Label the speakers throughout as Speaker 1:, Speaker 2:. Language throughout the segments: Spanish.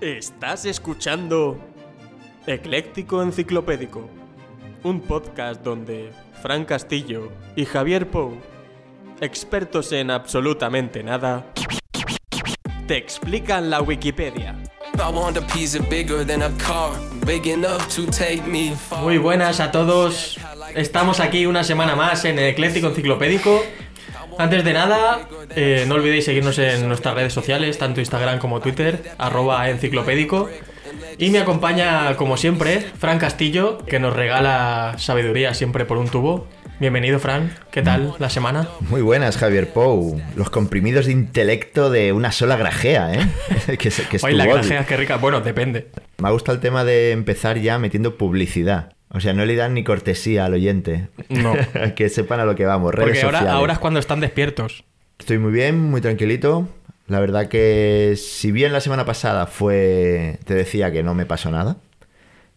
Speaker 1: Estás escuchando Ecléctico Enciclopédico, un podcast donde Fran Castillo y Javier Pou, expertos en absolutamente nada, te explican la Wikipedia.
Speaker 2: I want a piece of bigger than a car, big enough to take me far.
Speaker 1: Muy buenas a todos. Estamos aquí una semana más en el Ecléctico Enciclopédico. Antes de nada, eh, no olvidéis seguirnos en nuestras redes sociales, tanto Instagram como Twitter, arroba enciclopédico. Y me acompaña, como siempre, Fran Castillo, que nos regala sabiduría siempre por un tubo. Bienvenido, Fran. ¿Qué tal la semana?
Speaker 3: Muy buenas, Javier Pou. Los comprimidos de intelecto de una sola grajea, ¿eh? que, es- que es
Speaker 1: Hoy
Speaker 3: tu
Speaker 1: la
Speaker 3: hobby.
Speaker 1: grajeas, qué rica. Bueno, depende.
Speaker 3: Me ha gustado el tema de empezar ya metiendo publicidad. O sea, no le dan ni cortesía al oyente.
Speaker 1: No.
Speaker 3: que sepan a lo que vamos. Redes
Speaker 1: Porque ahora,
Speaker 3: sociales.
Speaker 1: ahora es cuando están despiertos.
Speaker 3: Estoy muy bien, muy tranquilito. La verdad que si bien la semana pasada fue... Te decía que no me pasó nada.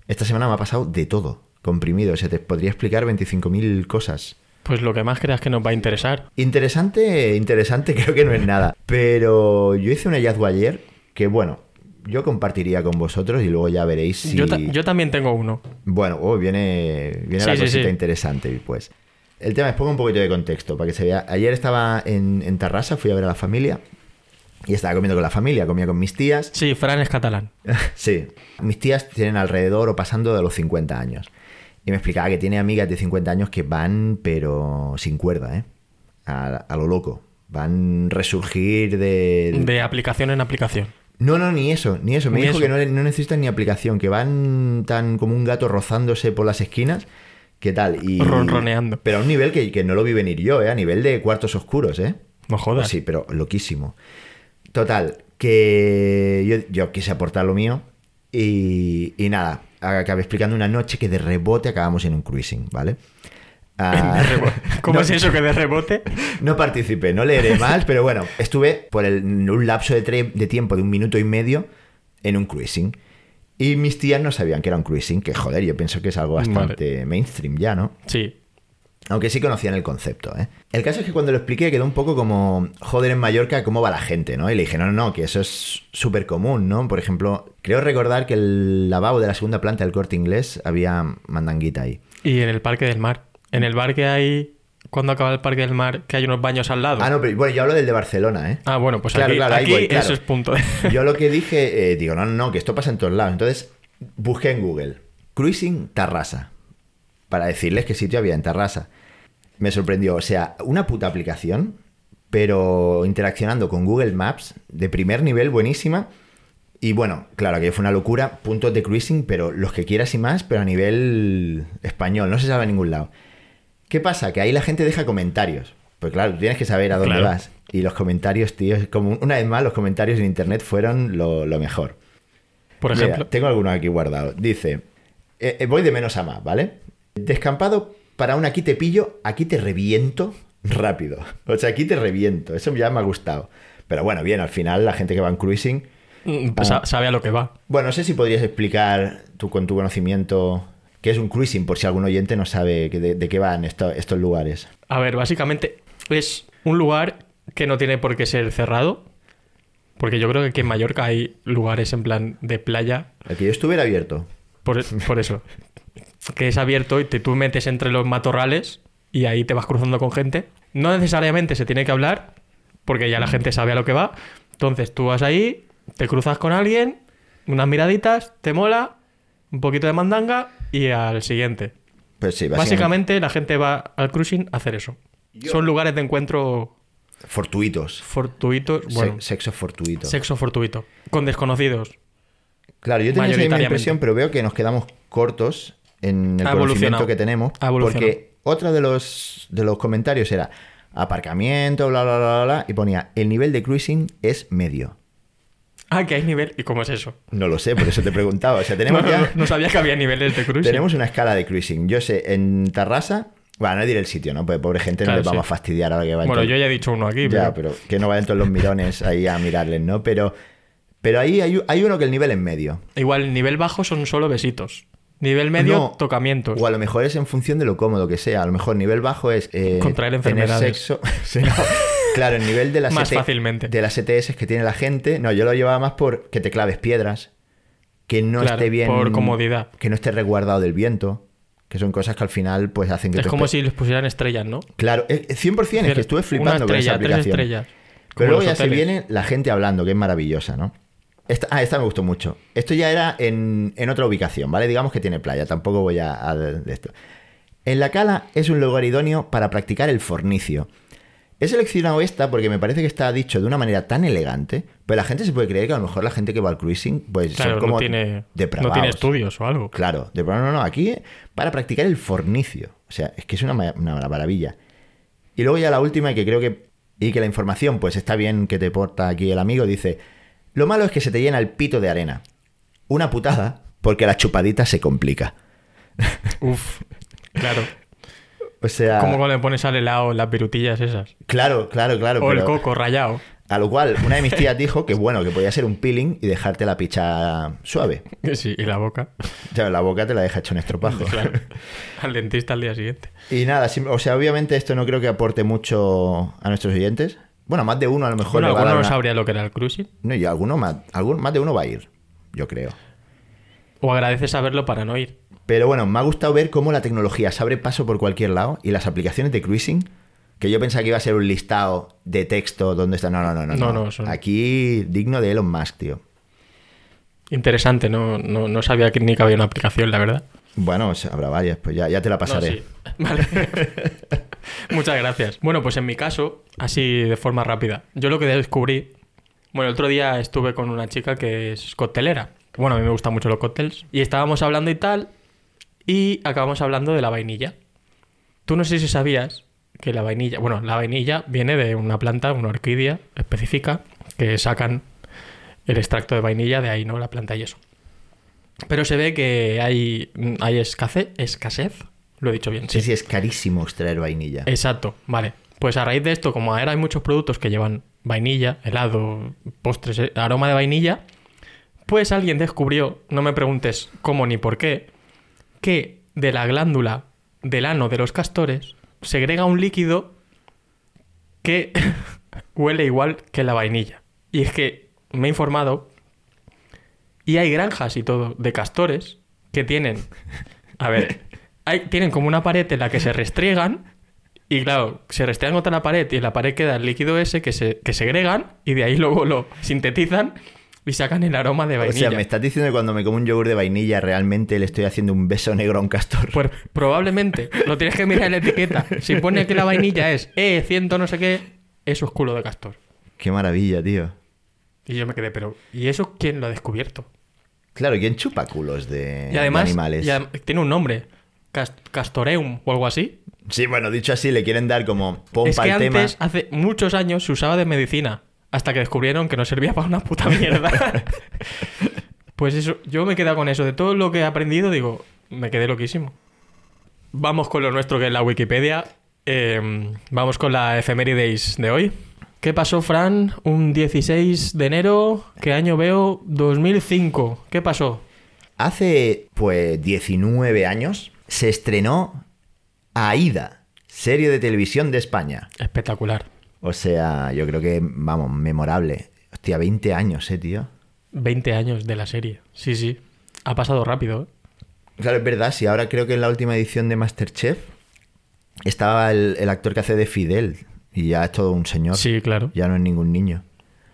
Speaker 3: Esta semana me ha pasado de todo. Comprimido. O sea, te podría explicar 25.000 cosas.
Speaker 1: Pues lo que más creas que nos va a interesar.
Speaker 3: Interesante, interesante, creo que no es nada. Pero yo hice un hallazgo ayer que, bueno, yo compartiría con vosotros y luego ya veréis si.
Speaker 1: Yo, ta- yo también tengo uno.
Speaker 3: Bueno, oh, viene, viene
Speaker 1: Sí,
Speaker 3: la
Speaker 1: sí,
Speaker 3: cosita
Speaker 1: sí.
Speaker 3: interesante, pues. El tema, es pongo un poquito de contexto para que se vea. Ayer estaba en, en Tarrasa, fui a ver a la familia y estaba comiendo con la familia, comía con mis tías.
Speaker 1: Sí, Fran es catalán.
Speaker 3: Sí. Mis tías tienen alrededor o pasando de los 50 años. Y me explicaba que tiene amigas de 50 años que van, pero sin cuerda, ¿eh? A, a lo loco. Van resurgir de...
Speaker 1: De aplicación en aplicación.
Speaker 3: No, no, ni eso, ni eso. Me
Speaker 1: Ni
Speaker 3: dijo
Speaker 1: eso.
Speaker 3: que no, no necesitan ni aplicación, que van tan como un gato rozándose por las esquinas. ¿Qué tal? Y,
Speaker 1: Ronroneando.
Speaker 3: Pero a un nivel que, que no lo vi venir yo, ¿eh? A nivel de cuartos oscuros, ¿eh?
Speaker 1: No jodas.
Speaker 3: Sí, pero loquísimo. Total, que yo, yo quise aportar lo mío y, y nada, acabé explicando una noche que de rebote acabamos en un cruising, ¿vale? Ah,
Speaker 1: ¿Cómo
Speaker 3: no,
Speaker 1: es eso que de rebote?
Speaker 3: No participé, no leeré más, pero bueno, estuve por el- un lapso de, tre- de tiempo de un minuto y medio en un cruising. Y mis tías no sabían que era un cruising, que joder, yo pienso que es algo
Speaker 1: Vale.
Speaker 3: bastante mainstream ya, ¿no?
Speaker 1: Sí.
Speaker 3: Aunque sí conocían el concepto, ¿eh? El caso es que cuando lo expliqué quedó un poco como, joder, en Mallorca, ¿cómo va la gente, no? Y le dije, no, no, no, que eso es súper común, ¿no? Por ejemplo, creo recordar que el lavabo de la segunda planta del corte inglés había mandanguita ahí.
Speaker 1: Y en el Parque del Mar. En el bar que hay. Cuando acaba el Parque del Mar, que hay unos baños al lado.
Speaker 3: Ah, no, pero bueno, yo hablo del de Barcelona, ¿eh?
Speaker 1: Ah, bueno, pues aquí,
Speaker 3: ahí
Speaker 1: aquí
Speaker 3: voy, claro.
Speaker 1: eso es punto.
Speaker 3: Yo lo que dije, eh, digo, no, no, no, que esto pasa en todos lados. Entonces, busqué en Google, cruising Tarrasa, para decirles qué sitio había en Tarrasa. Me sorprendió, o sea, una puta aplicación, pero interaccionando con Google Maps, de primer nivel, buenísima. Y bueno, claro, que fue una locura, puntos de cruising, pero los que quieras y más, pero a nivel español, no se sabe en ningún lado. ¿Qué pasa? Que ahí la gente deja comentarios. Pues claro, tú tienes que saber a dónde
Speaker 1: Claro.
Speaker 3: vas. Y los comentarios, tío, es como una vez más, los comentarios en internet fueron lo, lo mejor.
Speaker 1: Por
Speaker 3: Mira,
Speaker 1: ejemplo.
Speaker 3: tengo algunos aquí guardados. Dice: eh, eh, Voy de menos a más, ¿vale? Descampado para un aquí te pillo, aquí te reviento rápido. O sea, aquí te reviento. Eso ya me ha gustado. Pero bueno, bien, al final la gente que va en cruising. ah.
Speaker 1: mm, pues sa- Sabe a lo que va.
Speaker 3: Bueno, no sé si podrías explicar tú con tu conocimiento qué es un cruising, por si algún oyente no sabe que de, de qué van esto- estos lugares.
Speaker 1: A ver, básicamente es un lugar que no tiene por qué ser cerrado. Porque yo creo que aquí en Mallorca hay lugares en plan de playa.
Speaker 3: El que yo estuve era abierto.
Speaker 1: Por, por eso. Que es abierto y te, tú metes entre los matorrales y ahí te vas cruzando con gente. No necesariamente se tiene que hablar, porque ya la gente sabe a lo que va. Entonces tú vas ahí, te cruzas con alguien, unas miraditas, te mola, un poquito de mandanga y al siguiente.
Speaker 3: Pues sí, básicamente.
Speaker 1: Básicamente la gente va al cruising a hacer eso. Son lugares de encuentro
Speaker 3: Fortuitos.
Speaker 1: fortuitos,
Speaker 3: Se-
Speaker 1: bueno,
Speaker 3: sexo fortuito.
Speaker 1: sexo fortuito, con desconocidos.
Speaker 3: Claro, yo tenía esa misma
Speaker 1: Mayoritariamente.
Speaker 3: impresión, pero veo que nos quedamos cortos en el
Speaker 1: Ha evolucionado.
Speaker 3: conocimiento que tenemos.
Speaker 1: Ha evolucionado.
Speaker 3: Porque otro de los, de los comentarios era aparcamiento, bla, bla, bla, bla, bla, y ponía el nivel de cruising es medio.
Speaker 1: Ah, que hay nivel. ¿Y cómo es eso?
Speaker 3: No lo sé, por eso te preguntaba. O sea, tenemos
Speaker 1: no,
Speaker 3: ya...
Speaker 1: no- no sabía que había niveles de cruising.
Speaker 3: Tenemos una escala de cruising. Yo sé, en Tarrasa, bueno, no diré el sitio, ¿no? Porque pobre gente
Speaker 1: Claro,
Speaker 3: no les vamos
Speaker 1: sí.
Speaker 3: a fastidiar ahora que va en
Speaker 1: bueno,
Speaker 3: todo-
Speaker 1: yo ya he dicho uno aquí,
Speaker 3: Ya,
Speaker 1: pero,
Speaker 3: pero que no vayan todos los mirones ahí a mirarles, ¿no? Pero, pero ahí hay, hay uno que el nivel es medio.
Speaker 1: igual nivel bajo son solo besitos. Nivel medio,
Speaker 3: No,
Speaker 1: tocamientos.
Speaker 3: O a lo mejor es en función de lo cómodo que sea. A lo mejor nivel bajo es. eh,
Speaker 1: Contraer
Speaker 3: tener
Speaker 1: enfermedades.
Speaker 3: sexo. Sí, no. Claro, el nivel de las, E
Speaker 1: Más
Speaker 3: ET
Speaker 1: fácilmente.
Speaker 3: de las ETS que tiene la gente. No, yo lo llevaba más por que te claves piedras. que no
Speaker 1: Claro,
Speaker 3: esté bien.
Speaker 1: por comodidad.
Speaker 3: Que no esté resguardado del viento, que son cosas que al final pues hacen que
Speaker 1: Es
Speaker 3: tu
Speaker 1: como
Speaker 3: espe-
Speaker 1: si les pusieran estrellas, ¿no?
Speaker 3: Claro, eh, 100% es que estuve
Speaker 1: Una
Speaker 3: flipando
Speaker 1: estrella,
Speaker 3: con esa
Speaker 1: tres
Speaker 3: aplicación.
Speaker 1: estrellas.
Speaker 3: Pero
Speaker 1: Como
Speaker 3: luego
Speaker 1: los
Speaker 3: ya se
Speaker 1: hoteles.
Speaker 3: viene la gente hablando, que es maravillosa, ¿no? Esta, ah, esta me gustó mucho. Esto ya era en, en otra ubicación, ¿vale? Digamos que tiene playa, tampoco voy a, a de de esto. En la cala es un lugar idóneo para practicar el fornicio. He seleccionado esta porque me parece que está dicho de una manera tan elegante, pero la gente se puede creer que a lo mejor la gente que va al cruising, pues
Speaker 1: Claro,
Speaker 3: son como
Speaker 1: no, tiene, no
Speaker 3: depravados.
Speaker 1: tiene estudios o algo.
Speaker 3: Claro, de no, no, aquí para practicar el fornicio. O sea, es que es una, ma- una maravilla. Y luego ya la última, que creo que. Y que la información, pues está bien que te porta aquí el amigo, dice. Lo malo es que se te llena el pito de arena. Una putada, porque la chupadita se complica.
Speaker 1: Uf, claro.
Speaker 3: O sea.
Speaker 1: Como cuando le pones al helado las virutillas esas.
Speaker 3: Claro, claro, claro.
Speaker 1: o el
Speaker 3: pero-
Speaker 1: coco rayado.
Speaker 3: A lo cual, una de mis tías dijo que bueno, que podía ser un peeling y dejarte la picha suave.
Speaker 1: Sí, y la boca.
Speaker 3: O sea, la boca te la deja hecho un estropajo.
Speaker 1: Claro. al dentista al día siguiente.
Speaker 3: Y nada, sim- o sea, obviamente esto no creo que aporte mucho a nuestros oyentes. Bueno, más de uno a lo mejor.
Speaker 1: Bueno,
Speaker 3: le va a
Speaker 1: alguno
Speaker 3: dar
Speaker 1: no
Speaker 3: una-
Speaker 1: sabría lo que era el cruising.
Speaker 3: No, y alguno más, algún, más de uno va a ir, yo creo.
Speaker 1: O agradece saberlo para no ir.
Speaker 3: Pero bueno, me ha gustado ver cómo la tecnología se abre paso por cualquier lado y las aplicaciones de cruising, que yo pensaba que iba a ser un listado de texto donde está. No, no, no, no.
Speaker 1: No, no, son-
Speaker 3: Aquí digno de Elon Musk, tío.
Speaker 1: Interesante, no, no, no sabía que ni que había una aplicación, la verdad.
Speaker 3: Bueno, o sea, habrá varias, pues ya, ya te la
Speaker 1: No,
Speaker 3: pasaré.
Speaker 1: sí. Vale. Muchas gracias. Bueno, pues en mi caso, así de forma rápida. Yo lo que descubrí. Bueno, el otro día estuve con una chica que es coctelera. Bueno, a mí me gustan mucho los cócteles. Y estábamos hablando y tal. Y acabamos hablando de la vainilla. Tú no sé si sabías que la vainilla. Bueno, la vainilla viene de una planta, una orquídea específica, que sacan el extracto de vainilla de ahí, ¿no? La planta y eso. Pero se ve que hay, hay escasez, escasez. Lo he dicho bien,
Speaker 3: Sí, sí, es carísimo extraer vainilla.
Speaker 1: Exacto, vale. Pues a raíz de esto, como ahora hay muchos productos que llevan vainilla, helado, postres, eh, aroma de vainilla, pues alguien descubrió, no me preguntes cómo ni por qué, que de la glándula del ano de los castores segrega un líquido que huele igual que la vainilla. Y es que me he informado y hay granjas y todo de castores que tienen. A ver, hay- tienen como una pared en la que se restriegan. Y claro, se restriegan contra la pared y en la pared queda el líquido ese que, se, que segregan y de ahí luego lo sintetizan y sacan el aroma de
Speaker 3: O
Speaker 1: vainilla.
Speaker 3: sea, me estás diciendo que cuando me como un yogur de vainilla realmente le estoy haciendo un beso negro a un castor.
Speaker 1: Pues probablemente. Lo tienes que mirar en la etiqueta. Si pone que la vainilla es E100 no sé qué, eso es culo de castor.
Speaker 3: Qué maravilla, tío.
Speaker 1: Y yo me quedé, pero ¿y eso quién lo ha descubierto?
Speaker 3: Claro, ¿quién chupa culos de,
Speaker 1: y además,
Speaker 3: de Eh, animales?
Speaker 1: y adem- tiene un nombre. Cas- Castoreum o algo así.
Speaker 3: Sí, bueno, dicho así, le quieren dar como pompa
Speaker 1: es que
Speaker 3: al tema.
Speaker 1: antes, hace muchos años, se usaba de medicina. Hasta que descubrieron que no servía para una puta mierda. pues eso, yo me he quedado con eso. De todo lo que he aprendido, digo, me quedé loquísimo. Vamos con lo nuestro, que es la Wikipedia. Eh, vamos con la efemérides de hoy. ¿Qué pasó, Fran? Un 16 de enero. ¿Qué año veo? 2005. ¿Qué pasó?
Speaker 3: Hace, pues, 19 años se estrenó Aida, serie de televisión de España.
Speaker 1: Espectacular.
Speaker 3: O sea, yo creo que, vamos, memorable. Hostia, 20 años, eh, tío.
Speaker 1: 20 años de la serie. Sí, sí. Ha pasado rápido. ¿eh?
Speaker 3: Claro, es verdad, sí, ahora creo que en la última edición de Masterchef estaba el, el actor que hace de Fidel y ya es todo un señor.
Speaker 1: Sí, claro.
Speaker 3: Ya no es ningún niño.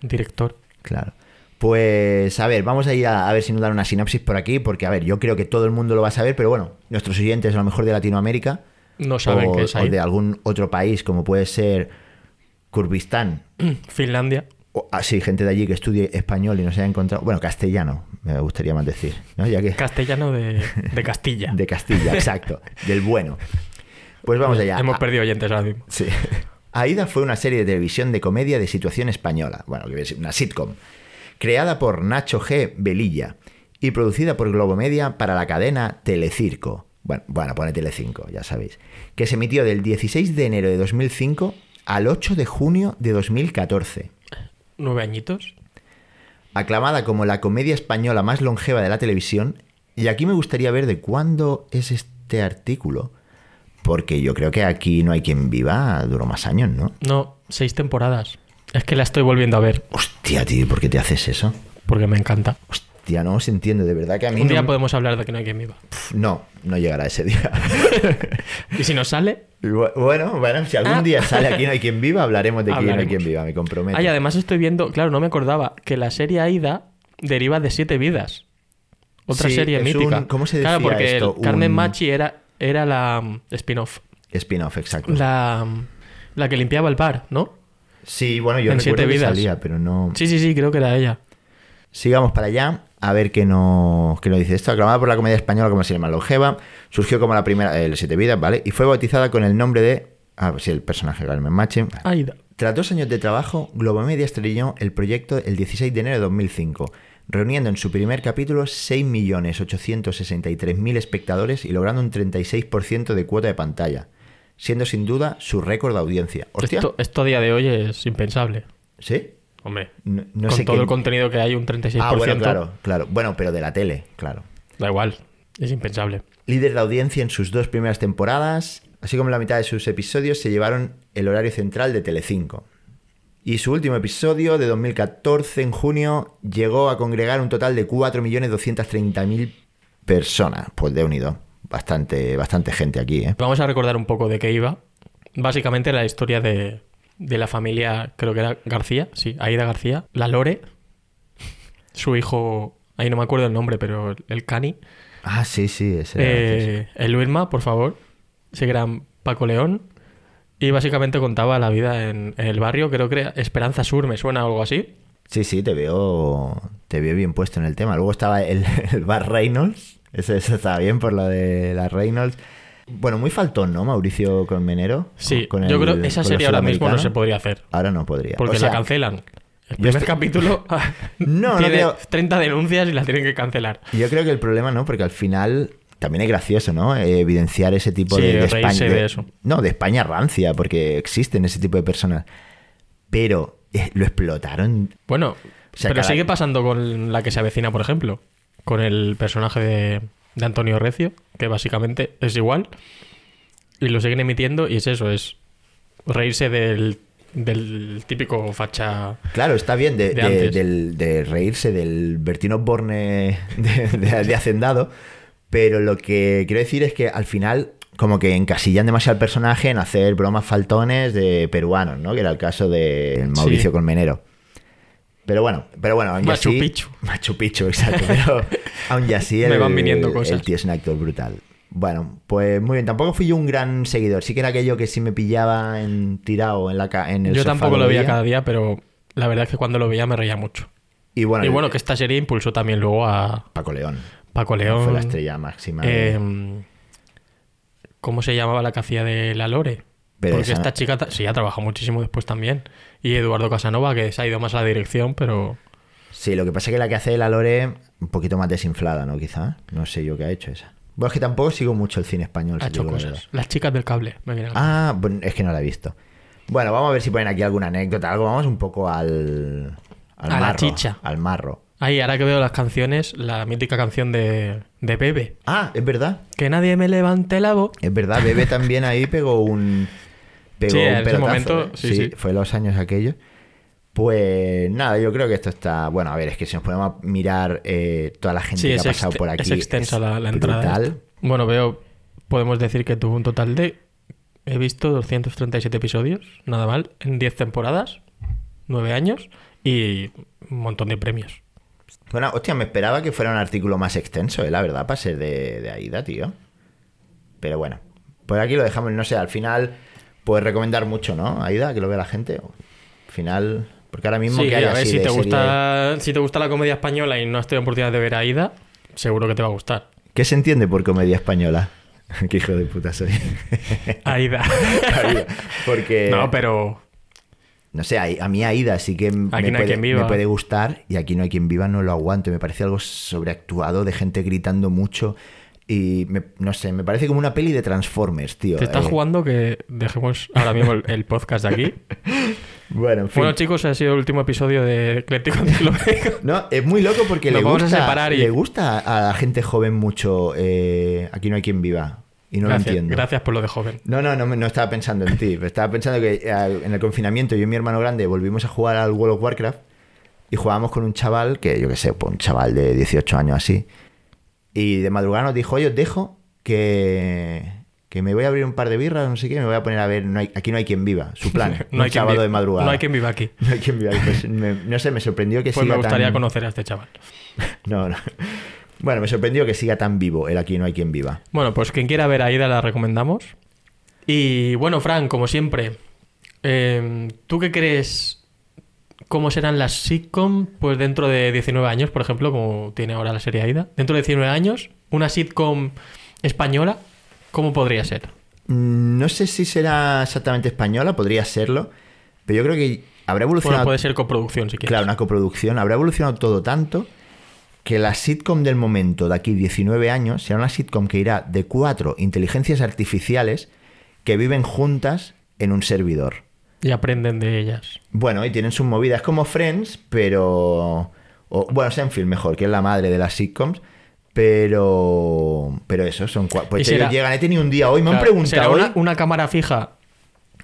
Speaker 1: Director.
Speaker 3: Claro. Pues a ver, vamos a ir a, a ver si nos dan una sinopsis por aquí, porque a ver, yo creo que todo el mundo lo va a saber, pero bueno, nuestros oyentes a lo mejor de Latinoamérica
Speaker 1: No saben
Speaker 3: o,
Speaker 1: qué es
Speaker 3: o
Speaker 1: ahí.
Speaker 3: de algún otro país, como puede ser Kurdistán,
Speaker 1: Finlandia.
Speaker 3: o así gente de allí que estudie español y no se haya encontrado, bueno, castellano, me gustaría más decir, ¿no? Ya que
Speaker 1: Castellano de, de Castilla.
Speaker 3: de Castilla, exacto, del bueno. Pues vamos allá.
Speaker 1: Hemos
Speaker 3: A-
Speaker 1: perdido oyentes ahora mismo.
Speaker 3: Sí. Aida fue una serie de televisión de comedia de situación española, bueno, que es una sitcom, creada por Nacho G. Velilla y producida por Globomedia para la cadena Telecirco. Bueno, bueno, pone Telecinco, ya sabéis. Que se emitió del 16 de enero de 2005 al 8 de junio de 2014.
Speaker 1: Nueve añitos.
Speaker 3: Aclamada como la comedia española más longeva de la televisión, y aquí me gustaría ver de cuándo es este artículo, porque yo creo que aquí no hay quien viva, duró más años, ¿no?
Speaker 1: No, seis temporadas. Es que la estoy volviendo a ver
Speaker 3: Hostia, tío, ¿por qué te haces eso?
Speaker 1: porque me encanta.
Speaker 3: hostia, no os entiendo, de verdad que a mí
Speaker 1: Un día
Speaker 3: no,
Speaker 1: podemos hablar de que no hay quien viva.
Speaker 3: pf, no, no llegará ese día.
Speaker 1: Y si nos sale.
Speaker 3: Y bu- bueno, bueno, si algún
Speaker 1: Ah.
Speaker 3: día sale aquí no hay quien viva, hablaremos de aquí no hay
Speaker 1: Hablaremos.
Speaker 3: quien viva, me comprometo.
Speaker 1: Ay, además estoy viendo, claro, no me acordaba que la serie Aida deriva de Siete Vidas. Otra
Speaker 3: Sí,
Speaker 1: serie
Speaker 3: es
Speaker 1: mítica.
Speaker 3: un- ¿cómo se
Speaker 1: Claro,
Speaker 3: decía
Speaker 1: porque el
Speaker 3: esto?
Speaker 1: Carmen
Speaker 3: Un-
Speaker 1: Machi era, era la mm, spin-off.
Speaker 3: Spin-off, exacto.
Speaker 1: La, mm, la que limpiaba el bar, ¿no?
Speaker 3: Sí, bueno, yo
Speaker 1: En
Speaker 3: recuerdo
Speaker 1: Siete
Speaker 3: que
Speaker 1: Vidas.
Speaker 3: salía, pero no...
Speaker 1: Sí, sí, sí, creo que era ella.
Speaker 3: Sigamos para allá, a ver qué nos, qué nos dice esto. Aclamada por la comedia española como Silma Longeva, surgió como la primera, el Siete Vidas, ¿vale? Y fue bautizada con el nombre de. Ah, pues sí, el personaje Carmen Machi.
Speaker 1: Aida.
Speaker 3: Tras dos años de trabajo, Globomedia estrelló el proyecto el 16 de enero de 2005, reuniendo en su primer capítulo 6.863.000 espectadores y logrando un 36% de cuota de pantalla, siendo sin duda su récord de audiencia. Hostia,
Speaker 1: Esto, esto a día de hoy es impensable.
Speaker 3: ¿sí?
Speaker 1: Hombre,
Speaker 3: No, no
Speaker 1: con
Speaker 3: sé
Speaker 1: todo
Speaker 3: qué-
Speaker 1: el contenido que hay, un 36%.
Speaker 3: Ah, bueno, claro, claro. Bueno, pero de la tele, claro.
Speaker 1: Da igual, es impensable.
Speaker 3: Líder de audiencia en sus dos primeras temporadas, así como la mitad de sus episodios se llevaron el horario central de Telecinco. Y su último episodio, de 2014, en junio, llegó a congregar un total de 4.230.000 personas. Pues de unido. Bastante, bastante gente aquí, ¿eh?
Speaker 1: Vamos a recordar un poco de qué iba. Básicamente la historia de, de la familia, creo que era García, sí, Aida García, la Lore, su hijo, ahí no me acuerdo el nombre, pero el Cani,
Speaker 3: Ah, sí, sí, ese era gracioso.
Speaker 1: eh, el Luisma, por favor, ese gran Paco León, y básicamente contaba la vida en, en el barrio, creo que era Esperanza Sur, me suena algo así.
Speaker 3: Sí, sí, te veo, te veo bien puesto en el tema. Luego estaba el, el Bar Reynolds. Ese, ese estaba bien por lo de la Reynolds. Bueno, muy faltón, ¿no? Mauricio Colmenero.
Speaker 1: Sí,
Speaker 3: Con- con
Speaker 1: yo
Speaker 3: el-
Speaker 1: creo que esa
Speaker 3: con los
Speaker 1: serie ahora mismo no se
Speaker 3: sudamericanos.
Speaker 1: podría hacer,
Speaker 3: Ahora no podría.
Speaker 1: porque
Speaker 3: O sea,
Speaker 1: la cancelan. El
Speaker 3: yo
Speaker 1: primer
Speaker 3: estoy-
Speaker 1: capítulo
Speaker 3: No, no
Speaker 1: tiene
Speaker 3: creo-
Speaker 1: 30 denuncias y las tienen que cancelar.
Speaker 3: Yo creo que el problema, ¿no? Porque al final también es gracioso, ¿no? Eh, evidenciar ese tipo
Speaker 1: Sí,
Speaker 3: de, de
Speaker 1: reírse
Speaker 3: España.
Speaker 1: de eso.
Speaker 3: No, de España rancia, porque existen ese tipo de personas. Pero eh, lo explotaron.
Speaker 1: Bueno,
Speaker 3: sea,
Speaker 1: pero
Speaker 3: cada-
Speaker 1: sigue pasando con la que se avecina, por ejemplo, con el personaje de, de Antonio Recio, que básicamente es igual, y lo siguen emitiendo, y es eso, es reírse del, del típico facha...
Speaker 3: Claro, está bien de,
Speaker 1: De
Speaker 3: de-
Speaker 1: antes.
Speaker 3: del- de reírse del Bertino Borne de, de- de Hacendado, pero lo que quiero decir es que al final como que encasillan demasiado al personaje en hacer bromas faltones de peruanos, ¿no? Que era el caso de Mauricio
Speaker 1: Sí.
Speaker 3: Colmenero. Pero bueno, pero bueno, aún y
Speaker 1: Machu
Speaker 3: así-
Speaker 1: Picchu.
Speaker 3: Machu Picchu, exacto. Pero aún y así el,
Speaker 1: Me van viniendo
Speaker 3: el
Speaker 1: cosas.
Speaker 3: tío es un actor brutal. Bueno, pues muy bien. Tampoco fui yo un gran seguidor. Sí que era aquello que sí me pillaba en tirado en la ca- en el
Speaker 1: Yo
Speaker 3: sofá
Speaker 1: tampoco lo
Speaker 3: del
Speaker 1: veía
Speaker 3: día.
Speaker 1: cada día, pero la verdad es que cuando lo veía me reía mucho.
Speaker 3: Y bueno,
Speaker 1: y bueno,
Speaker 3: el-
Speaker 1: que esta serie impulsó también luego a
Speaker 3: Paco León.
Speaker 1: Paco León.
Speaker 3: Fue la estrella máxima. de-
Speaker 1: eh, ¿Cómo se llamaba la que hacía de la Lore?
Speaker 3: Pero
Speaker 1: Porque
Speaker 3: esa-
Speaker 1: esta chica ta- sí ha trabajado muchísimo después también. Y Eduardo Casanova, que se ha ido más a la dirección, pero
Speaker 3: Sí, lo que pasa es que la que hace la Lore, un poquito más desinflada, ¿no? Quizá. No sé yo qué ha hecho esa. Bueno, es que tampoco sigo mucho el cine español.
Speaker 1: ha
Speaker 3: si
Speaker 1: hecho
Speaker 3: digo la
Speaker 1: cosas. Las chicas del cable, me viene a la mente.
Speaker 3: verdad. Ah, bueno, es que no la he visto. Bueno, vamos a ver si ponen aquí alguna anécdota, algo. Vamos un poco al. al
Speaker 1: A la
Speaker 3: marro,
Speaker 1: chicha.
Speaker 3: Al marro.
Speaker 1: Ay, ahora que veo las canciones, la mítica canción de, de Bebe.
Speaker 3: Ah, es verdad.
Speaker 1: Que nadie me levante la voz.
Speaker 3: Es verdad, Bebe también ahí pegó un. Pegó
Speaker 1: Sí,
Speaker 3: un
Speaker 1: en ese
Speaker 3: pelotazo,
Speaker 1: momento,
Speaker 3: ¿eh?
Speaker 1: sí, sí.
Speaker 3: Fue los años aquellos. Pues nada, yo creo que esto está. Bueno, a ver, es que si nos ponemos a mirar eh, toda la gente
Speaker 1: Sí,
Speaker 3: que ha
Speaker 1: es,
Speaker 3: pasado
Speaker 1: exte-
Speaker 3: por
Speaker 1: es
Speaker 3: aquí.
Speaker 1: extensa
Speaker 3: es
Speaker 1: la, la entrada. de
Speaker 3: brutal.
Speaker 1: esto. Bueno, veo, podemos decir que tuvo un total de, he visto 237 episodios, nada mal, en 10 temporadas, 9 años y un montón de premios.
Speaker 3: Bueno, hostia, me esperaba que fuera un artículo más extenso, eh, la verdad, para ser de, de Aida, tío. Pero bueno, por aquí lo dejamos, no sé, al final, puedes recomendar mucho, ¿no? Aida, que lo vea la gente. Al final, porque ahora mismo
Speaker 1: Sí,
Speaker 3: que hay
Speaker 1: a ver,
Speaker 3: así
Speaker 1: si
Speaker 3: de
Speaker 1: te,
Speaker 3: serie-
Speaker 1: gusta, si te gusta la comedia española y no has tenido oportunidad de ver a Aida, seguro que te va a gustar.
Speaker 3: ¿Qué se entiende por comedia española? Qué hijo de puta soy.
Speaker 1: Aida.
Speaker 3: Aida, Eh, Porque.
Speaker 1: no, pero
Speaker 3: No sé, a, a mí Aida sí que m- me,
Speaker 1: Aquí no hay
Speaker 3: puede,
Speaker 1: quien viva.
Speaker 3: me puede gustar y aquí no hay quien viva, no lo aguanto. Me parece algo sobreactuado de gente gritando mucho y me- no sé, me parece como una peli de Transformers, tío.
Speaker 1: te estás
Speaker 3: Eh,
Speaker 1: jugando que dejemos ahora mismo el, el podcast de aquí.
Speaker 3: Bueno, en fin.
Speaker 1: Bueno, chicos, ha sido el último episodio de Ecléctico Enciclopédico.
Speaker 3: no, es muy loco porque
Speaker 1: Nos
Speaker 3: le
Speaker 1: vamos a
Speaker 3: gusta,
Speaker 1: separar y-
Speaker 3: le gusta a la gente joven mucho eh, Aquí no hay quien viva y no
Speaker 1: gracias,
Speaker 3: lo entiendo.
Speaker 1: gracias por lo de joven.
Speaker 3: No, no, no, me- no estaba pensando en ti. Estaba pensando que eh, al- en el confinamiento yo y mi hermano grande volvimos a jugar al World of Warcraft y jugábamos con un chaval que, yo qué sé, pues un chaval de 18 años así. Y de madrugada nos dijo, oye, os dejo que, que me voy a abrir un par de birras, no sé qué, me voy a poner a ver, no hay- aquí no hay quien viva, su plan,
Speaker 1: No
Speaker 3: un
Speaker 1: hay quien
Speaker 3: sábado
Speaker 1: vi-
Speaker 3: de madrugada.
Speaker 1: No hay quien viva aquí.
Speaker 3: No hay quien viva. Pues me- no sé, me sorprendió que
Speaker 1: Pues me
Speaker 3: siga
Speaker 1: gustaría
Speaker 3: tan...
Speaker 1: conocer a este chaval.
Speaker 3: No, no. Bueno, me sorprendió que siga tan vivo el aquí no hay quien viva.
Speaker 1: Bueno, pues quien quiera ver a Aida la recomendamos. Y bueno, Fran, como siempre, eh, ¿tú qué crees? ¿Cómo serán las sitcom? Pues dentro de 19 años, por ejemplo, como tiene ahora la serie Aida. Dentro de 19 años, una sitcom española, ¿cómo podría ser?
Speaker 3: Mm, No sé si será exactamente española, podría serlo, pero yo creo que habrá
Speaker 1: Bueno,
Speaker 3: evolucionado.
Speaker 1: puede ser coproducción si quieres.
Speaker 3: Pues Claro, una coproducción. Habrá evolucionado todo tanto que la sitcom del momento, de aquí 19 años, será una sitcom que irá de cuatro inteligencias artificiales que viven juntas en un servidor.
Speaker 1: Y aprenden de ellas.
Speaker 3: Bueno, y tienen sus movidas como Friends, pero. o- bueno, Senfield mejor, que es la madre de las sitcoms. Pero. Pero eso, son cuatro.
Speaker 1: Y
Speaker 3: Pues
Speaker 1: será-
Speaker 3: ellos llegan, he tenido un día hoy, me han
Speaker 1: Claro, será
Speaker 3: preguntado. ¿eh?
Speaker 1: una,
Speaker 3: hoy-
Speaker 1: una cámara fija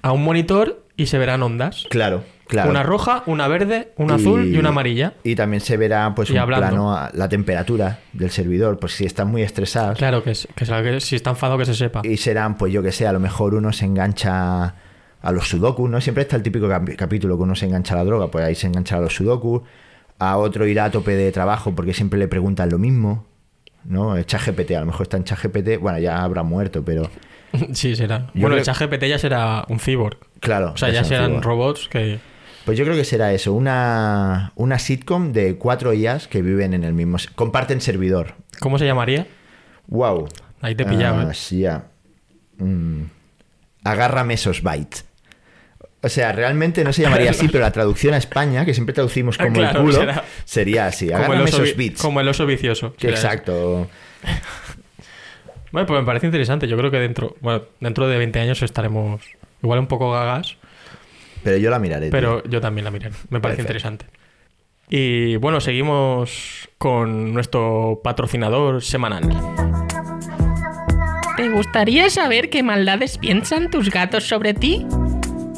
Speaker 1: a un monitor y se verán ondas.
Speaker 3: Claro, claro.
Speaker 1: Una roja, una verde, una azul y una amarilla.
Speaker 3: Y también se verá pues
Speaker 1: Y
Speaker 3: un
Speaker 1: hablando.
Speaker 3: plano a la temperatura del servidor, pues si están muy estresados.
Speaker 1: Claro, que, es- que, es- que si está enfadado que se sepa.
Speaker 3: Y serán, pues yo que sé, a lo mejor uno se engancha a los sudoku, ¿no? Siempre está el típico cap- capítulo que uno se engancha a la droga, pues ahí se engancha a los sudoku. A otro irá a tope de trabajo porque siempre le preguntan lo mismo, ¿no? Echa GPT, a lo mejor está en ChatGPT, bueno, ya habrá muerto, pero
Speaker 1: Sí, será.
Speaker 3: Yo
Speaker 1: bueno,
Speaker 3: creo-
Speaker 1: el ChatGPT ya será un cyborg.
Speaker 3: claro.
Speaker 1: O sea, ya
Speaker 3: es
Speaker 1: serán
Speaker 3: antiguo.
Speaker 1: robots que...
Speaker 3: Pues yo creo que será eso, una, una sitcom de cuatro IAs que viven en el mismo... se- Comparten servidor,
Speaker 1: ¿Cómo se llamaría?
Speaker 3: Wow.
Speaker 1: Ahí te he pillado,
Speaker 3: Ah,
Speaker 1: ¿eh?
Speaker 3: Mm. Agárrame esos bytes. O sea, realmente no se llamaría así, pero la traducción a España, que siempre traducimos como
Speaker 1: Ah, Claro,
Speaker 3: el culo,
Speaker 1: será-
Speaker 3: sería así.
Speaker 1: Como el,
Speaker 3: Agárrame
Speaker 1: oso vi-
Speaker 3: esos bits.
Speaker 1: como el oso vicioso.
Speaker 3: Que
Speaker 1: será
Speaker 3: Exacto.
Speaker 1: eso. Bueno, pues me parece interesante. Yo creo que dentro bueno, dentro de 20 años estaremos igual un poco gagas,
Speaker 3: Pero yo la miraré. tío.
Speaker 1: pero yo también la miraré. Me parece
Speaker 3: Perfecto.
Speaker 1: interesante. Y bueno, seguimos con nuestro patrocinador semanal.
Speaker 4: ¿Te gustaría saber qué maldades piensan tus gatos sobre ti?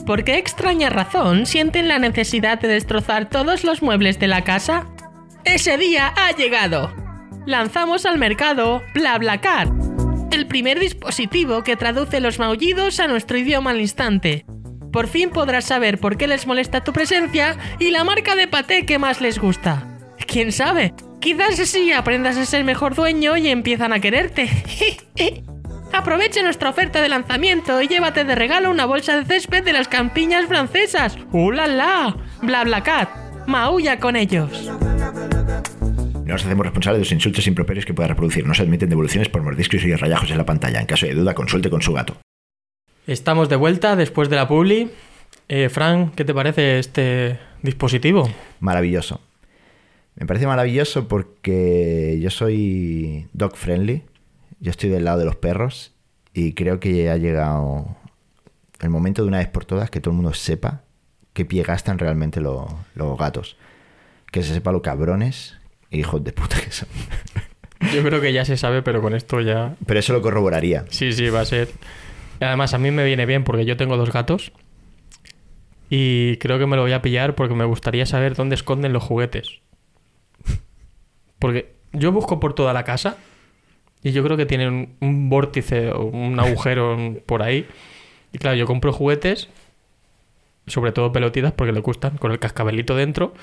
Speaker 4: ¿Por qué extraña razón sienten la necesidad de destrozar todos los muebles de la casa? Ese día ha llegado. Lanzamos al mercado BlaBlaCar, el primer dispositivo que traduce los maullidos a nuestro idioma al instante. Por fin podrás saber por qué les molesta tu presencia y la marca de paté que más les gusta. ¿Quién sabe? Quizás así aprendas a ser mejor dueño y empiezan a quererte. Aprovecha nuestra oferta de lanzamiento y llévate de regalo una bolsa de césped de las campiñas francesas. ¡Uh, la, la! BlaBlaCat. Maulla con ellos.
Speaker 3: No nos hacemos responsables de los insultos improperios que pueda reproducir. No se admiten devoluciones por mordiscos y rayajos en la pantalla. En caso de duda, consulte con su gato.
Speaker 1: Estamos de vuelta después de la publi. Eh, Fran, ¿qué te parece este dispositivo?
Speaker 3: Maravilloso. Me parece maravilloso porque yo soy dog friendly. Yo estoy del lado de los perros y creo que ha llegado el momento de una vez por todas que todo el mundo sepa qué pie gastan realmente lo- los gatos. Que se sepa lo cabrones e hijos de puta que son.
Speaker 1: Yo creo que ya se sabe, pero con esto ya
Speaker 3: Pero eso lo corroboraría.
Speaker 1: Sí, sí, va a ser. Además, a mí me viene bien porque yo tengo dos gatos. Y creo que me lo voy a pillar porque me gustaría saber dónde esconden los juguetes. Porque yo busco por toda la casa y yo creo que tienen un vórtice o un agujero en- por ahí. Y claro, yo compro juguetes, sobre todo pelotitas porque le gustan, con el cascabelito dentro.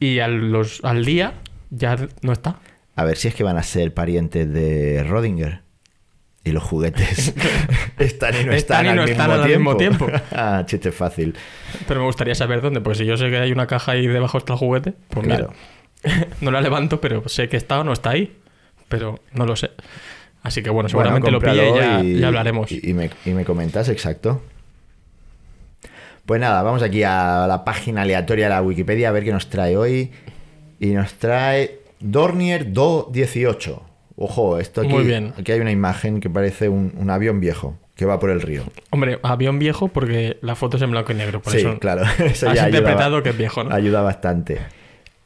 Speaker 1: Y al, los, al día ya no está.
Speaker 3: A ver si es que van a ser parientes de Rodinger. Y los juguetes están y no
Speaker 1: Están
Speaker 3: están,
Speaker 1: y no
Speaker 3: al,
Speaker 1: están
Speaker 3: mismo
Speaker 1: al mismo
Speaker 3: tiempo.
Speaker 1: tiempo.
Speaker 3: ah, chiste fácil.
Speaker 1: Pero me gustaría saber dónde, porque si yo sé que hay una caja ahí debajo está el juguete, pues mira,
Speaker 3: Claro.
Speaker 1: no la levanto, pero sé que está o no está ahí, pero no lo sé. Así que bueno, seguramente lo
Speaker 3: Bueno,
Speaker 1: pille y ya,
Speaker 3: cómpralo y-
Speaker 1: ya hablaremos.
Speaker 3: Y, y me, y me comentas, exacto. Pues nada, vamos aquí a la página aleatoria de la Wikipedia a ver qué nos trae hoy. Y nos trae Dornier Do 18. Ojo, esto aquí,
Speaker 1: Muy bien.
Speaker 3: aquí hay una imagen que parece un, un avión viejo que va por el río.
Speaker 1: Hombre, avión viejo porque la foto es en blanco y negro, por
Speaker 3: sí,
Speaker 1: eso
Speaker 3: claro. Eso
Speaker 1: has
Speaker 3: ya ayuda ba-
Speaker 1: interpretado que es viejo, ¿no?
Speaker 3: Ayuda bastante.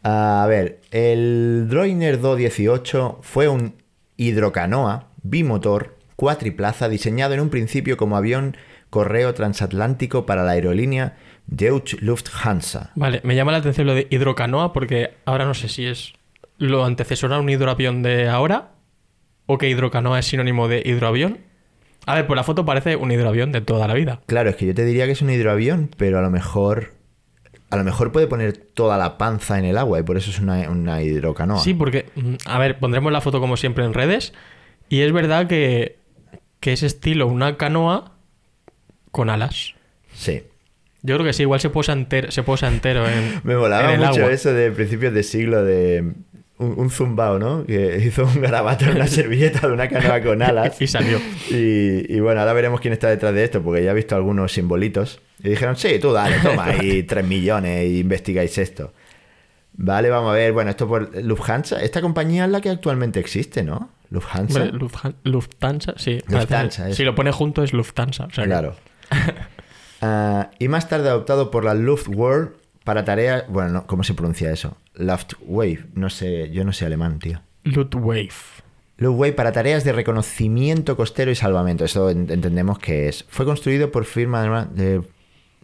Speaker 3: A ver, el Droiner 218 fue un hidrocanoa bimotor cuatriplaza diseñado en un principio como avión correo transatlántico para la aerolínea Deutsche Lufthansa.
Speaker 1: Vale, me llama la atención lo de hidrocanoa porque ahora no sé si es lo antecesor a un hidroavión de ahora o que hidrocanoa es sinónimo de hidroavión. A ver, por la foto parece un hidroavión de toda la vida.
Speaker 3: Claro, es que yo te diría que es un hidroavión, pero a lo mejor. A lo mejor puede poner toda la panza en el agua y por eso es una, una hidrocanoa.
Speaker 1: Sí, porque, mm, a ver, pondremos la foto como siempre en redes y es verdad que, que es estilo una canoa con alas.
Speaker 3: Sí.
Speaker 1: Yo creo que sí, igual se posa entero, se posa entero en,
Speaker 3: Me molaba
Speaker 1: en el
Speaker 3: mucho
Speaker 1: agua.
Speaker 3: eso de principios de siglo de un, un zumbao, ¿no? Que hizo un garabato en una servilleta de una canoa con alas.
Speaker 1: Y salió.
Speaker 3: Y, y bueno, ahora veremos quién está detrás de esto, porque ya he visto algunos simbolitos. Y dijeron, sí, tú dale, toma, y 3 millones, y investigáis esto. Vale, vamos a ver. Bueno, esto por Lufthansa. Esta compañía es la que actualmente existe, ¿no? Lufthansa.
Speaker 1: Vale, Lufthan- Lufthansa, sí.
Speaker 3: Lufthansa,
Speaker 1: Parece-
Speaker 3: eso.
Speaker 1: si lo pone junto es Lufthansa. o sea que-
Speaker 3: Claro. Ah, y más tarde adoptado por la Luftwaffe para tareas. Bueno, no, ¿cómo se pronuncia eso? Luftwaffe. No sé, yo no sé alemán, tío.
Speaker 1: Luftwaffe.
Speaker 3: Luftwaffe para tareas de reconocimiento costero y salvamento. Eso en- entendemos que es. Fue construido por firma alema- de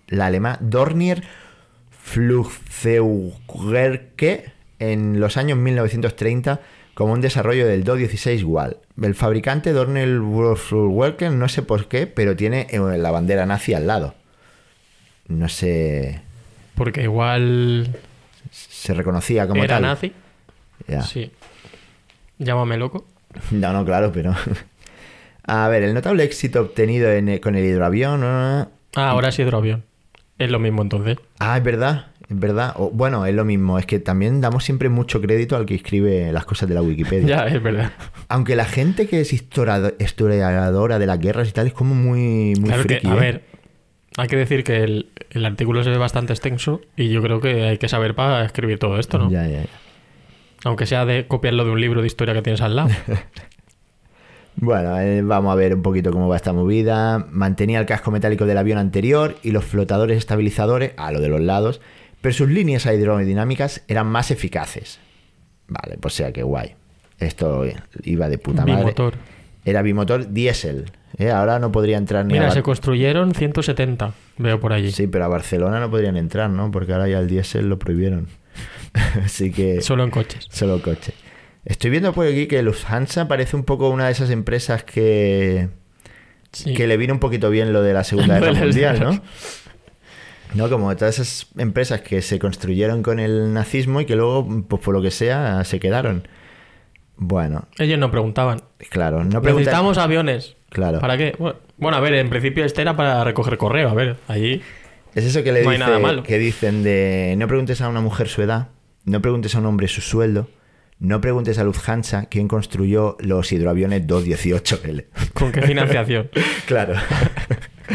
Speaker 3: la alemana Dornier Flugzeugwerke en los años 1930 como un desarrollo del Do 16 Wal. El fabricante Dornier Flugzeugwerke, no sé por qué, pero tiene eh, la bandera nazi al lado. No sé.
Speaker 1: Porque igual
Speaker 3: Se reconocía como
Speaker 1: era
Speaker 3: tal.
Speaker 1: nazi.
Speaker 3: Ya.
Speaker 1: Sí. Llámame loco.
Speaker 3: No, no, claro, pero. A ver, el notable éxito obtenido en- eh, con el hidroavión. ah,
Speaker 1: Ah, ahora es hidroavión. Es lo mismo entonces.
Speaker 3: Ah, es verdad, es verdad. O, bueno, es lo mismo, es que también damos siempre mucho crédito al que escribe las cosas de la Wikipedia.
Speaker 1: Ya, es verdad.
Speaker 3: Aunque la gente que es historiado- historiadora de las guerras y tal es como muy, muy
Speaker 1: claro
Speaker 3: friki,
Speaker 1: que, a
Speaker 3: ¿eh?
Speaker 1: ver, hay que decir que el, el artículo se ve bastante extenso y yo creo que hay que saber para escribir todo esto, ¿no?
Speaker 3: Ya, ya, ya.
Speaker 1: Aunque sea de copiarlo de un libro de historia que tienes al lado.
Speaker 3: Bueno, eh, vamos a ver un poquito cómo va esta movida. Mantenía el casco metálico del avión anterior y los flotadores estabilizadores a lo de los lados, pero sus líneas aerodinámicas eran más eficaces. Vale, pues sea que guay. Esto eh, iba de puta madre.
Speaker 1: Bimotor.
Speaker 3: Era bimotor diésel. ¿eh? Ahora no podría entrar ni a
Speaker 1: Mira,
Speaker 3: Bar-
Speaker 1: se construyeron 170, veo por allí.
Speaker 3: Sí, pero a Barcelona no podrían entrar, ¿no? Porque ahora ya el diésel lo prohibieron. Así que
Speaker 1: Solo en coches.
Speaker 3: solo coche. Estoy viendo por aquí que Lufthansa parece un poco una de esas empresas que
Speaker 1: Sí.
Speaker 3: que le vino un poquito bien lo de la
Speaker 1: Lo
Speaker 3: Segunda
Speaker 1: de
Speaker 3: Guerra
Speaker 1: las
Speaker 3: Mundial,
Speaker 1: guerras.
Speaker 3: ¿no? No, como todas esas empresas que se construyeron con el nazismo y que luego, pues por lo que sea, se quedaron. Bueno,
Speaker 1: Ellos no preguntaban.
Speaker 3: claro, no preguntamos.
Speaker 1: Necesitamos aviones.
Speaker 3: Claro.
Speaker 1: ¿Para qué? Bueno, bueno, a ver, en principio este era para recoger correo. A ver, allí.
Speaker 3: Es eso que le
Speaker 1: No hay
Speaker 3: dice-
Speaker 1: nada malo.
Speaker 3: que dicen de no preguntes a una mujer su edad, no preguntes a un hombre su sueldo, no preguntes a Lufthansa quién construyó los hidroaviones 218L.
Speaker 1: ¿Con qué financiación?
Speaker 3: Claro.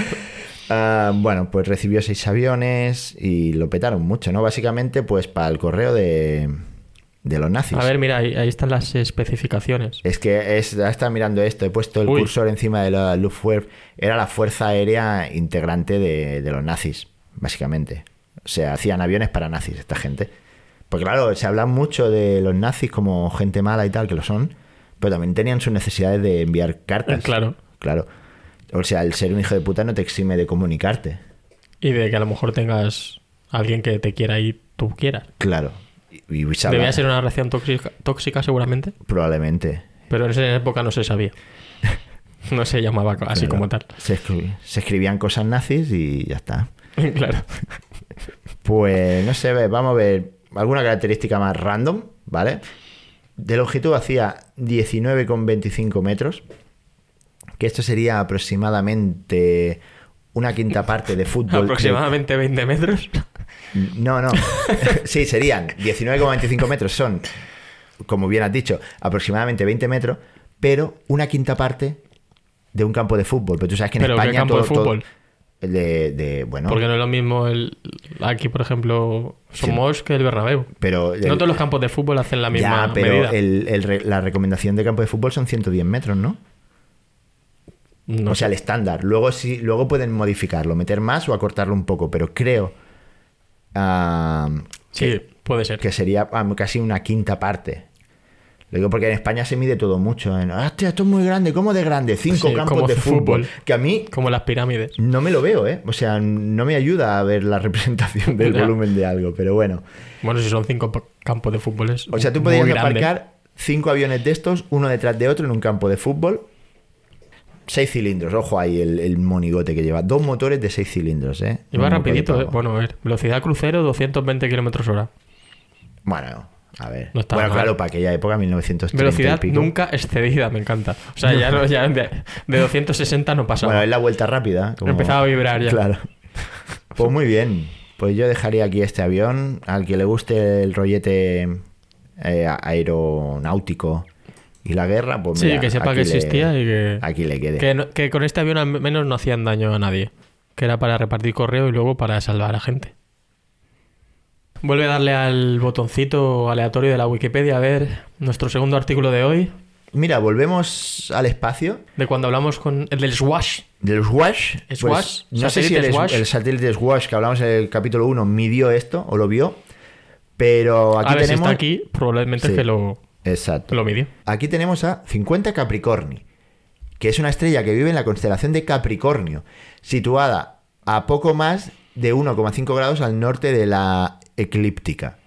Speaker 3: Ah, bueno, pues recibió seis aviones y lo petaron mucho, ¿no? Básicamente, pues para el correo de, de los nazis.
Speaker 1: A ver, mira, ahí, ahí están las especificaciones.
Speaker 3: Es que es, ahora estaba mirando esto, he puesto el
Speaker 1: Uy.
Speaker 3: cursor encima de la Luftwaffe. Era la fuerza aérea integrante de, de los nazis, básicamente. O sea, hacían aviones para nazis esta gente. Porque claro, se habla mucho de los nazis como gente mala y tal, que lo son, pero también tenían sus necesidades de enviar cartas.
Speaker 1: Claro.
Speaker 3: Claro. O sea, el ser un hijo de puta no te exime de comunicarte.
Speaker 1: Y de que a lo mejor tengas a alguien que te quiera y tú quieras.
Speaker 3: Claro. Y, y se habla-
Speaker 1: Debía ser una relación tóxica, tóxica seguramente,
Speaker 3: Probablemente.
Speaker 1: pero en esa época no se sabía. No se llamaba co- así
Speaker 3: Claro.
Speaker 1: como tal.
Speaker 3: Se, escri- se escribían cosas nazis y ya está.
Speaker 1: claro.
Speaker 3: Pues no sé, ve- vamos a ver alguna característica más random, ¿vale? De longitud hacía 19,25 metros, que esto sería aproximadamente una quinta parte de fútbol.
Speaker 1: Aproximadamente 20 metros.
Speaker 3: No, no. Sí, serían 19,25 metros. Son, como bien has dicho, aproximadamente 20 metros, pero una quinta parte de un campo de fútbol. Pero tú sabes que en
Speaker 1: ¿Pero qué
Speaker 3: España
Speaker 1: campo de
Speaker 3: todo- todo-
Speaker 1: fútbol?
Speaker 3: de, de- bueno,
Speaker 1: Porque no es lo mismo el aquí, por ejemplo, Somos que el Bernabéu.
Speaker 3: pero el-
Speaker 1: no todos los campos de fútbol hacen la misma
Speaker 3: ya, pero
Speaker 1: medida.
Speaker 3: el- el re- la recomendación de campo de fútbol son 110 metros, ¿no?
Speaker 1: No
Speaker 3: o sea,
Speaker 1: sé.
Speaker 3: el estándar. Luego sí, luego pueden modificarlo, meter más o acortarlo un poco, pero creo ah,
Speaker 1: sí, puede ser.
Speaker 3: ah, que sería ah, casi una quinta parte. Lo digo porque en España se mide todo mucho. en, "Ah, Hostia, esto es muy grande. ¿Cómo de grande? Cinco
Speaker 1: Sí, como
Speaker 3: campos de fútbol.
Speaker 1: fútbol.
Speaker 3: Que a mí
Speaker 1: Como las pirámides.
Speaker 3: no me lo veo, ¿eh? O sea, no me ayuda a ver la representación del
Speaker 1: Ya.
Speaker 3: volumen de algo, pero bueno.
Speaker 1: Bueno, si son cinco po- campos de fútbol es
Speaker 3: O sea, tú
Speaker 1: muy
Speaker 3: podías
Speaker 1: grande.
Speaker 3: aparcar cinco aviones de estos, uno detrás de otro, en un campo de fútbol. Seis cilindros, ojo ahí el, el monigote que lleva. Dos motores de seis cilindros, ¿eh?
Speaker 1: Iba
Speaker 3: Un
Speaker 1: rapidito,
Speaker 3: poco
Speaker 1: eh.
Speaker 3: de pavo.
Speaker 1: Bueno, a ver. Velocidad crucero, 220 kilómetros hora.
Speaker 3: Bueno, a ver.
Speaker 1: No está
Speaker 3: bueno,
Speaker 1: mal.
Speaker 3: claro, para aquella época, 1930 y
Speaker 1: Velocidad
Speaker 3: pico.
Speaker 1: nunca excedida, me encanta. O sea, ya, no, ya de, de 260 no pasaba.
Speaker 3: Bueno, es la vuelta rápida. ¿eh? como-
Speaker 1: Empezaba a vibrar ya.
Speaker 3: Claro. Pues muy bien. Pues yo dejaría aquí este avión. Al que le guste el rollete eh, a- aeronáutico y la guerra, pues
Speaker 1: Sí,
Speaker 3: mira,
Speaker 1: que sepa
Speaker 3: aquí
Speaker 1: que
Speaker 3: le-
Speaker 1: existía y que,
Speaker 3: Aquí le quede.
Speaker 1: que, no- que con este avión al menos no hacían daño a nadie. Que era para repartir correo y luego para salvar a gente. Vuelve a darle al botoncito aleatorio de la Wikipedia a ver nuestro segundo artículo de hoy,
Speaker 3: Mira, volvemos al espacio
Speaker 1: de cuando hablamos con el del Swash.
Speaker 3: del Swash. pues,
Speaker 1: Swash,
Speaker 3: no sé si
Speaker 1: satélite
Speaker 3: el,
Speaker 1: Swash.
Speaker 3: el satélite Swash que hablamos en el capítulo 1 midió esto o lo vio, pero aquí
Speaker 1: a ver si
Speaker 3: tenemos
Speaker 1: está aquí, probablemente
Speaker 3: Sí.
Speaker 1: es que lo,
Speaker 3: Exacto.
Speaker 1: lo midió.
Speaker 3: Aquí tenemos a 50 Capricorni, que es una estrella que vive en la constelación de Capricornio, situada a poco más de 1,5 grados al norte de la eclíptica.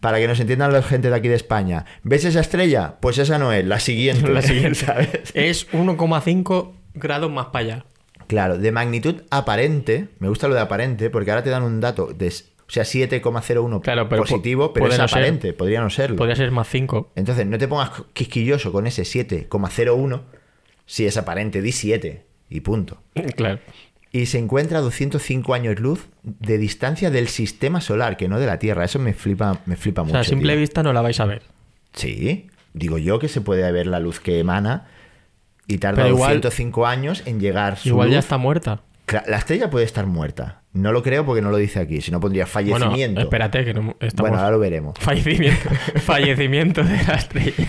Speaker 3: Para que nos entiendan la gente de aquí de España, ¿ves esa estrella? Pues esa no es, la siguiente.
Speaker 1: La siguiente. Eh.
Speaker 3: ¿sabes?
Speaker 1: Es 1,5 grados más para allá.
Speaker 3: Claro, de magnitud aparente, me gusta lo de aparente, porque ahora te dan un dato de, s- o sea, 7,01
Speaker 1: Claro, pero
Speaker 3: positivo,
Speaker 1: po-
Speaker 3: pero
Speaker 1: puede
Speaker 3: es
Speaker 1: no ser.
Speaker 3: aparente, podría no serlo.
Speaker 1: Podría ser más 5.
Speaker 3: Entonces, no te pongas quisquilloso con ese 7,01 si es aparente, di 7 y punto.
Speaker 1: Claro.
Speaker 3: Y se encuentra a 205 años luz de distancia del sistema solar, que no de la Tierra. Eso me flipa, me flipa
Speaker 1: O
Speaker 3: mucho.
Speaker 1: sea, a simple
Speaker 3: tío.
Speaker 1: vista no la vais a ver.
Speaker 3: Sí, digo yo que se puede ver la luz que emana y tarda
Speaker 1: Pero igual-
Speaker 3: 205 años en llegar su
Speaker 1: Igual ya
Speaker 3: luz.
Speaker 1: está muerta.
Speaker 3: Cla- La estrella puede estar muerta. No lo creo porque no lo dice aquí, si no pondría
Speaker 1: Bueno,
Speaker 3: fallecimiento.
Speaker 1: espérate, que no estamos...
Speaker 3: bueno, ahora lo veremos.
Speaker 1: Fallecimiento, fallecimiento de la estrella.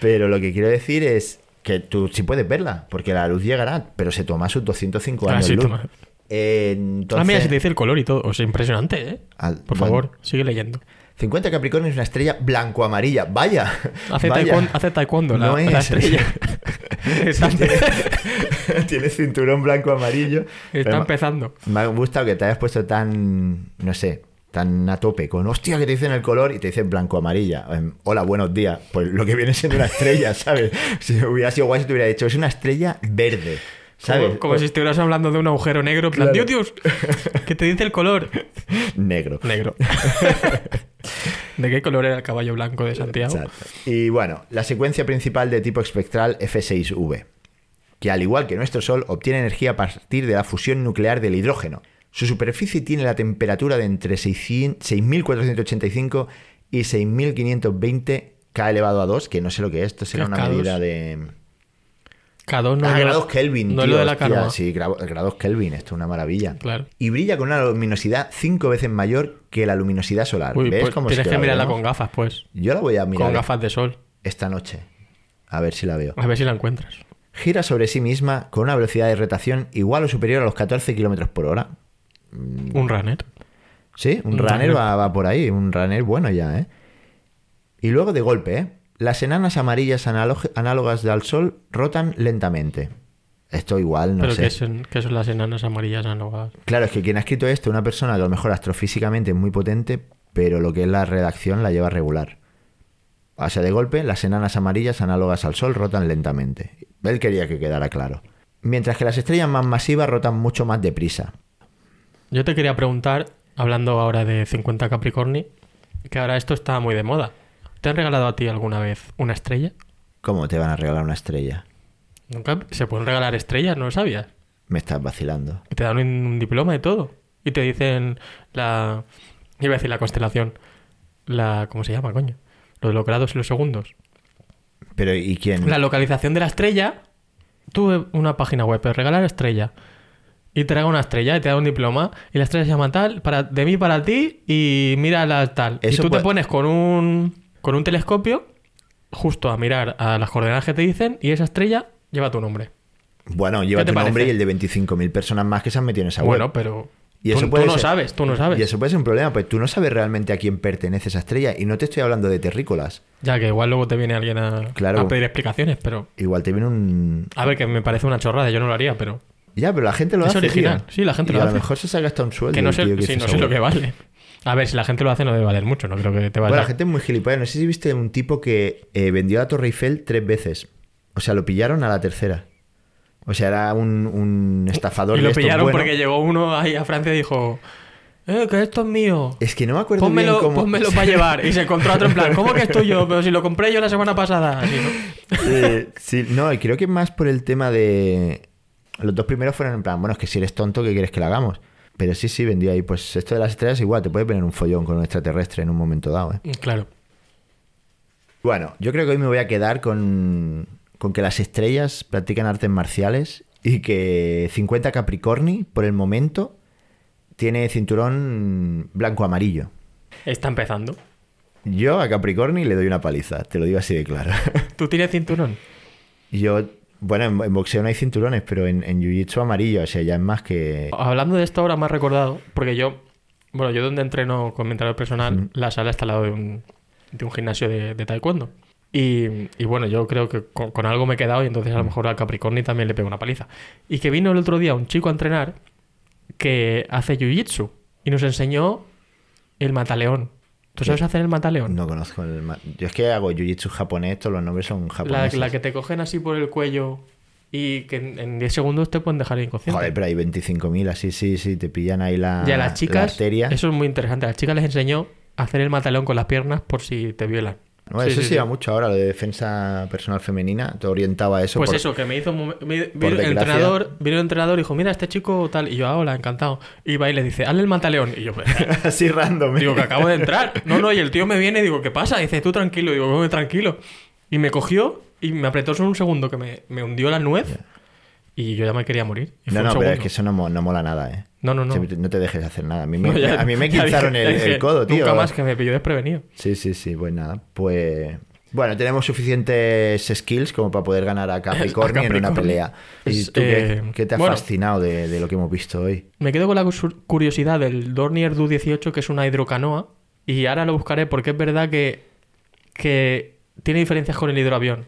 Speaker 3: Pero lo que quiero decir es que tú sí puedes verla, porque la luz llegará, pero se toma sus 205
Speaker 1: Ah,
Speaker 3: años
Speaker 1: sí,
Speaker 3: luz.
Speaker 1: toma. Ah, mira, se
Speaker 3: Eh,
Speaker 1: te
Speaker 3: Entonces,
Speaker 1: dice el color y todo. O sea, impresionante, ¿eh?
Speaker 3: Ah,
Speaker 1: Por
Speaker 3: bueno.
Speaker 1: favor, sigue leyendo.
Speaker 3: 50 Capricornio es una estrella blanco-amarilla. Vaya.
Speaker 1: Hace,
Speaker 3: vaya.
Speaker 1: taekwondo, hace taekwondo la,
Speaker 3: No es.
Speaker 1: la estrella. está
Speaker 3: Tiene cinturón blanco-amarillo.
Speaker 1: está
Speaker 3: Pero me-
Speaker 1: empezando.
Speaker 3: Me ha gustado que te hayas puesto tan, no sé, tan a tope con, hostia, que te dicen el color y te dicen blanco-amarilla. Em, Hola, buenos días. Pues lo que viene siendo una estrella, ¿sabes? Si hubiera sido guay si te hubiera dicho, es una estrella verde. ¿Sabes? Pues-
Speaker 1: Como, como si estuvieras hablando de un agujero negro. en plan,
Speaker 3: Claro.
Speaker 1: Dios, Dios, ¿qué te dice el color?
Speaker 3: Negro.
Speaker 1: Negro. ¿De qué color era el caballo blanco de Santiago?
Speaker 3: Exacto. Y bueno, la secuencia principal de tipo espectral F6V, que al igual que nuestro Sol obtiene energía a partir de la fusión nuclear del hidrógeno. Su superficie tiene la temperatura de entre 600 6.485 y 6.520 K elevado a 2, que no sé lo que es, esto será
Speaker 1: ¿Qué
Speaker 3: una
Speaker 1: es K2?
Speaker 3: medida de...
Speaker 1: Cada uno.
Speaker 3: ah,
Speaker 1: no-
Speaker 3: grados Kelvin,
Speaker 1: No
Speaker 3: tío,
Speaker 1: lo de la
Speaker 3: hostia,
Speaker 1: canoa.
Speaker 3: Sí, gra- grados Kelvin, esto es una maravilla.
Speaker 1: Claro.
Speaker 3: Y brilla con una luminosidad cinco veces mayor que la luminosidad solar.
Speaker 1: Uy,
Speaker 3: ¿Ves
Speaker 1: pues
Speaker 3: cómo sí
Speaker 1: tienes que
Speaker 3: la
Speaker 1: mirarla
Speaker 3: vemos?
Speaker 1: con gafas, pues.
Speaker 3: Yo la voy a mirar
Speaker 1: Con gafas de sol.
Speaker 3: esta noche. A ver si la veo.
Speaker 1: A ver si la encuentras.
Speaker 3: Gira sobre sí misma con una velocidad de rotación igual o superior a los 14 kilómetros por hora. Mm.
Speaker 1: Un runner.
Speaker 3: Sí, un,
Speaker 1: Un
Speaker 3: runner
Speaker 1: runner.
Speaker 3: va, va por ahí, un runner bueno ya, ¿eh? Y luego de golpe, ¿eh? Las enanas amarillas analog- análogas al Sol rotan lentamente. Esto igual, no
Speaker 1: Pero
Speaker 3: sé.
Speaker 1: ¿qué son, qué son las enanas amarillas análogas?
Speaker 3: Claro, es que quien ha escrito esto, una persona que a lo mejor astrofísicamente es muy potente, pero lo que es la redacción la lleva regular. O sea, de golpe, las enanas amarillas análogas al Sol rotan lentamente. Él quería que quedara claro. Mientras que las estrellas más masivas rotan mucho más deprisa.
Speaker 1: Yo te quería preguntar, hablando ahora de 50 Capricorni, que ahora esto está muy de moda. ¿Te han regalado a ti alguna vez una estrella?
Speaker 3: ¿Cómo te van a regalar una estrella?
Speaker 1: Nunca se pueden regalar estrellas, ¿no lo sabías?
Speaker 3: Me estás vacilando.
Speaker 1: Y te dan un, un diploma y todo. Y te dicen la... Iba a decir la constelación. La... ¿Cómo se llama, coño? Los, los grados y los segundos.
Speaker 3: Pero ¿y quién?
Speaker 1: La localización de la estrella. Tuve una página web, pero regalar estrella. Y te regala una estrella y te da un diploma. Y la estrella se llama tal, para, de mí para ti, y mira la tal.
Speaker 3: Eso
Speaker 1: y tú
Speaker 3: puede-
Speaker 1: te pones con un, con un telescopio justo a mirar a las coordenadas que te dicen y esa estrella lleva tu nombre.
Speaker 3: Bueno, lleva
Speaker 1: ¿Qué te
Speaker 3: tu nombre
Speaker 1: parece?
Speaker 3: y el de 25.000 personas más que se han metido en esa web.
Speaker 1: Bueno, pero
Speaker 3: Y
Speaker 1: Tú- tú no sabes, tú no sabes.
Speaker 3: Y eso puede ser un problema, pues tú no sabes realmente a quién pertenece esa estrella. Y no te estoy hablando de terrícolas.
Speaker 1: Ya que igual luego te viene alguien a,
Speaker 3: Claro.
Speaker 1: a pedir explicaciones, pero.
Speaker 3: Igual te viene un.
Speaker 1: A ver, que me parece una chorrada, yo no lo haría, pero.
Speaker 3: Ya, pero la gente lo
Speaker 1: Es
Speaker 3: hace.
Speaker 1: original.
Speaker 3: tío.
Speaker 1: Sí, la gente
Speaker 3: Y
Speaker 1: lo
Speaker 3: a
Speaker 1: hace.
Speaker 3: lo mejor se saca hasta un sueldo.
Speaker 1: Que no
Speaker 3: el
Speaker 1: sé,
Speaker 3: tío que
Speaker 1: sí,
Speaker 3: hizo
Speaker 1: no
Speaker 3: esa
Speaker 1: sé lo
Speaker 3: web.
Speaker 1: que vale. A ver, si la gente lo hace, no debe valer mucho, no creo que te vaya.
Speaker 3: Bueno, la gente es muy gilipollas. No sé si viste un tipo que eh, vendió la Torre Eiffel tres veces. O sea, lo pillaron a la tercera. O sea, era un, un estafador.
Speaker 1: Y lo
Speaker 3: de estos
Speaker 1: pillaron
Speaker 3: buenos.
Speaker 1: porque llegó uno ahí a Francia y dijo: ¡Eh, que esto es mío!
Speaker 3: Es que no me acuerdo
Speaker 1: Pónmelo,
Speaker 3: bien cómo...
Speaker 1: pónmelo para llevar. Y se encontró a otro en plan: ¿Cómo que es tuyo? Pero si lo compré yo la semana pasada. Así, ¿no?
Speaker 3: Eh, sí, no, y creo que más por el tema de... Los dos primeros fueron en plan, bueno, es que si eres tonto, ¿qué quieres que lo hagamos? Pero sí, sí, vendió ahí. Pues esto de las estrellas igual, te puede poner un follón con un extraterrestre en un momento dado. ¿eh?
Speaker 1: Claro.
Speaker 3: Bueno, yo creo que hoy me voy a quedar con, con que las estrellas practican artes marciales y que 50 Capricorni, por el momento, tiene cinturón blanco-amarillo.
Speaker 1: Está empezando.
Speaker 3: Yo a Capricorni le doy una paliza, te lo digo así de claro.
Speaker 1: ¿Tú tienes cinturón?
Speaker 3: Yo, bueno, en, en boxeo no hay cinturones, pero en, en jiu-jitsu amarillo, o sea, ya es más que.
Speaker 1: Hablando de esto ahora me ha recordado, porque yo, bueno, yo donde entreno con mi entrenador personal, la sala está al lado de un, de un gimnasio de, de taekwondo. Y, y bueno, yo creo que con, con algo me he quedado y entonces
Speaker 3: Mm.
Speaker 1: a lo mejor al Capricorni también le pego una paliza. Y que vino el otro día un chico a entrenar que hace jiu-jitsu y nos enseñó el mataleón. ¿Tú sabes hacer el mataleón?
Speaker 3: No conozco el. ma- Yo es que hago jiu-jitsu japonés, todos los nombres son
Speaker 1: la,
Speaker 3: japoneses.
Speaker 1: la que te cogen así por el cuello y que en en 10 segundos te pueden dejar inconsciente.
Speaker 3: Joder, pero hay 25.000, así, sí, sí, te pillan ahí la.
Speaker 1: Y a las
Speaker 3: la
Speaker 1: chicas,
Speaker 3: arteria.
Speaker 1: eso es muy interesante. A las chicas les enseñó a hacer el mataleón con las piernas por si te violan.
Speaker 3: No,
Speaker 1: Sí,
Speaker 3: eso
Speaker 1: sí,
Speaker 3: se
Speaker 1: sí.
Speaker 3: lleva mucho ahora, lo de defensa personal femenina, te orientaba a eso.
Speaker 1: Pues
Speaker 3: por-
Speaker 1: eso, que me hizo. mu- me- vino el
Speaker 3: desgracia.
Speaker 1: entrenador, vino el entrenador y dijo: Mira, este chico tal. Y yo, ah, hola, encantado. Y va y le dice: Hazle el mataleón. Y yo, pues,
Speaker 3: así random. ¿eh?
Speaker 1: digo, que acabo de entrar. No, no, y el tío me viene y digo: ¿Qué pasa? Y dice: Tú tranquilo. Y digo, "Cómo que tranquilo. Y me cogió y me apretó solo un segundo que me, me hundió la nuez. Y yo ya me quería morir. Y fue
Speaker 3: No,
Speaker 1: un
Speaker 3: no, pero es
Speaker 1: segundo.
Speaker 3: que eso no, mo- no mola nada, ¿eh?
Speaker 1: No, no, no.
Speaker 3: O sea, No te dejes hacer nada. A mí me,
Speaker 1: No, ya-
Speaker 3: a mí me
Speaker 1: ya
Speaker 3: quitaron
Speaker 1: dije-
Speaker 3: el,
Speaker 1: ya
Speaker 3: el
Speaker 1: dije,
Speaker 3: codo, tío.
Speaker 1: Nunca más que me pilló desprevenido.
Speaker 3: Sí, sí, sí, pues nada. Pues. Bueno, tenemos suficientes skills como para poder ganar a Capricornio en una
Speaker 1: Capricornio.
Speaker 3: pelea. ¿Y
Speaker 1: Es,
Speaker 3: tú qué-
Speaker 1: eh,
Speaker 3: qué, te ha
Speaker 1: bueno.
Speaker 3: fascinado de, de lo que hemos visto hoy?
Speaker 1: Me quedo con la cusur- curiosidad del Dornier Du-18, que es una hidrocanoa, y ahora lo buscaré porque es verdad que, que tiene diferencias con el hidroavión.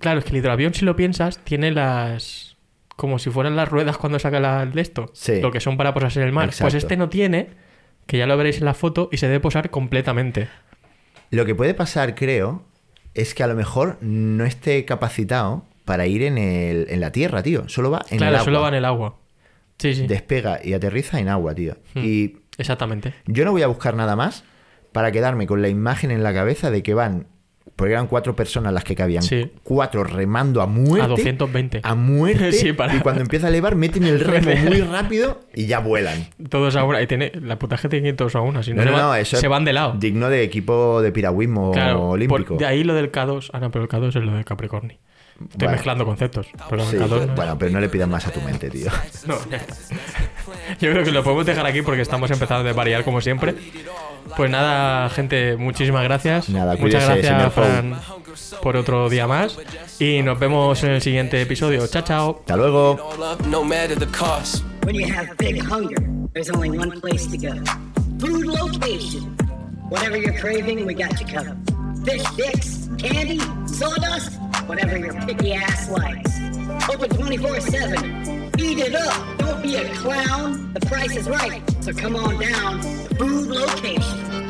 Speaker 1: Claro, es que el hidroavión, si lo piensas, tiene las... como si fueran las ruedas cuando saca la, de esto,
Speaker 3: Sí.
Speaker 1: lo que son para posarse en el mar. Pues
Speaker 3: Exacto.
Speaker 1: este no tiene, que ya lo veréis en la foto, y se debe posar completamente.
Speaker 3: Lo que puede pasar, creo, es que a lo mejor no esté capacitado para ir en, el- en la tierra, tío. Solo va en
Speaker 1: claro,
Speaker 3: el agua.
Speaker 1: solo va en el agua. Sí, Hmm. sí,
Speaker 3: Despega y aterriza en agua, tío. Y
Speaker 1: exactamente.
Speaker 3: Yo no voy a buscar nada más para quedarme con la imagen en la cabeza de que van, porque eran cuatro personas las que cabían,
Speaker 1: Sí.
Speaker 3: cuatro remando a muerte.
Speaker 1: A 220.
Speaker 3: A muerte.
Speaker 1: Sí, para-
Speaker 3: Y cuando empieza a elevar, meten el remo muy rápido y ya vuelan.
Speaker 1: Todos ahora, y tiene, la putaje tiene que ir todos a una, si no, se, van-
Speaker 3: es
Speaker 1: se van de lado.
Speaker 3: Digno de equipo de piragüismo
Speaker 1: Claro,
Speaker 3: olímpico.
Speaker 1: por- de ahí lo del K2. Ah, no, pero el K2 es lo de Capricorni. Estoy
Speaker 3: Vale.
Speaker 1: mezclando conceptos. Pero el
Speaker 3: Sí,
Speaker 1: K2 no es-
Speaker 3: bueno, pero no le pidas más a tu mente, tío.
Speaker 1: no. Yo creo que lo podemos dejar aquí porque estamos empezando a variar como siempre. Pues nada, gente, muchísimas gracias.
Speaker 3: Nada,
Speaker 1: Muchas
Speaker 3: cuídese,
Speaker 1: gracias,
Speaker 3: señor Pou.
Speaker 1: Fran, por otro día más. Y nos vemos en el siguiente episodio. Chao, chao.
Speaker 3: Hasta luego.
Speaker 2: All up, no matter the cost.
Speaker 5: When you have big hunger, there's only one place to go. Food location. Whatever you're craving, we got you covered. Fish dicks, candy, sawdust, whatever your picky ass likes. Open 24-7. Eat it up. Don't be a clown. The price is right. So come on down. to Food location.